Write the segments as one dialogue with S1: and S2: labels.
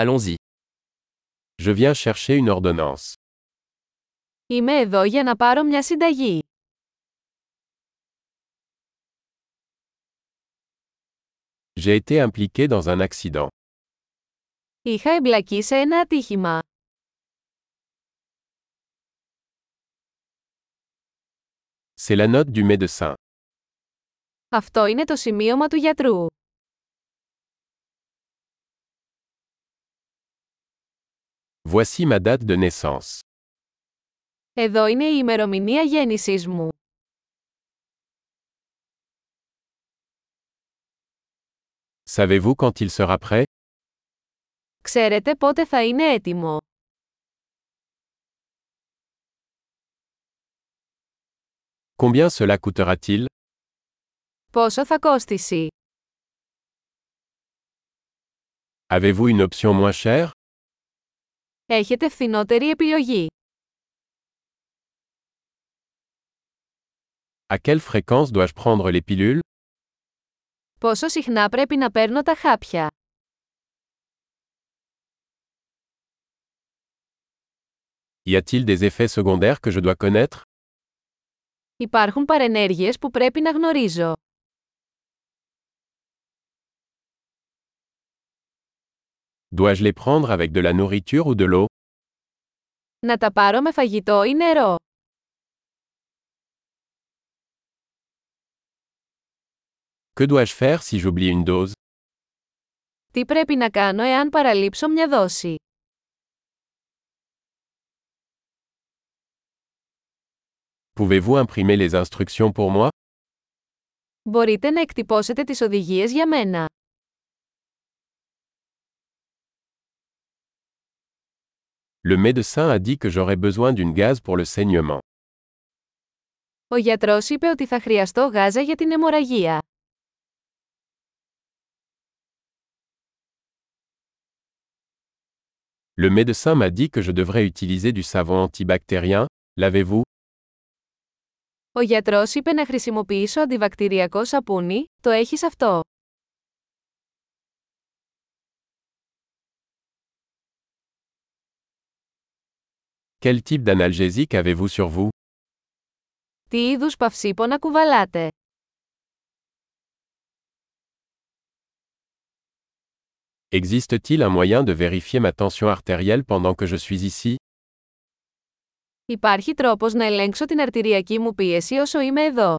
S1: Allons-y. Je viens chercher une ordonnance.
S2: Είμαι εδώ για να πάρω μια συνταγή.
S1: J'ai été impliqué dans un accident.
S2: Είχα εμπλακεί σε ένα ατύχημα.
S1: C'est la note du médecin.
S2: Αυτό είναι το σημείωμα του γιατρού.
S1: Voici ma date de naissance.
S2: Εδώ είναι η ημερομηνία γέννησής μου.
S1: Savez-vous quand il sera prêt
S2: Ξέρετε πότε θα είναι έτοιμο.
S1: Combien cela coûtera-t-il
S2: Πόσο θα κόστησει.
S1: Avez-vous une option moins chère
S2: Έχετε φθηνότερη επιλογή.
S1: À quelle fréquence dois-je prendre les pilules
S2: Πόσο συχνά πρέπει να παίρνω τα χάπια.
S1: Y a-t-il des effets secondaires que je dois connaître
S2: Υπάρχουν παρενέργειες που πρέπει να γνωρίζω.
S1: Dois-je les prendre avec de la nourriture ou de l'eau
S2: Να τα πάρω με φαγητό ή νερό.
S1: Que dois-je faire si j'oublie une dose
S2: Τι πρέπει να κάνω εάν παραλείψω μια δόση.
S1: Pouvez-vous imprimer les instructions pour moi
S2: Μπορείτε να εκτυπώσετε τις οδηγίες για μένα.
S1: Le médecin a dit que j'aurais besoin d'une gaz pour le saignement.
S2: Ο γιατρός είπε ότι θα χρειαστώ γάζα για την αιμορραγία.
S1: Le médecin m'a dit que je devrais utiliser du savon antibactérien. L'avez-vous
S2: Ο γιατρός είπε να χρησιμοποιήσω αντιβακτηριακό σαπούνι, το έχεις αυτό.
S1: Quel type d'analgésique avez-vous sur vous
S2: Τι είδους παυσίπονα κουβαλάτε.
S1: Existe-t-il un moyen de vérifier ma tension artérielle pendant que je suis ici
S2: Υπάρχει τρόπος να ελέγξω την αρτηριακή μου πίεση όσο είμαι εδώ.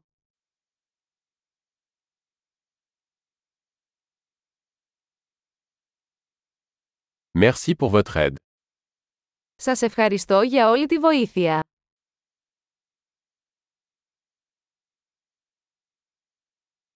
S1: Merci pour votre aide.
S2: Σας ευχαριστώ για όλη τη βοήθεια.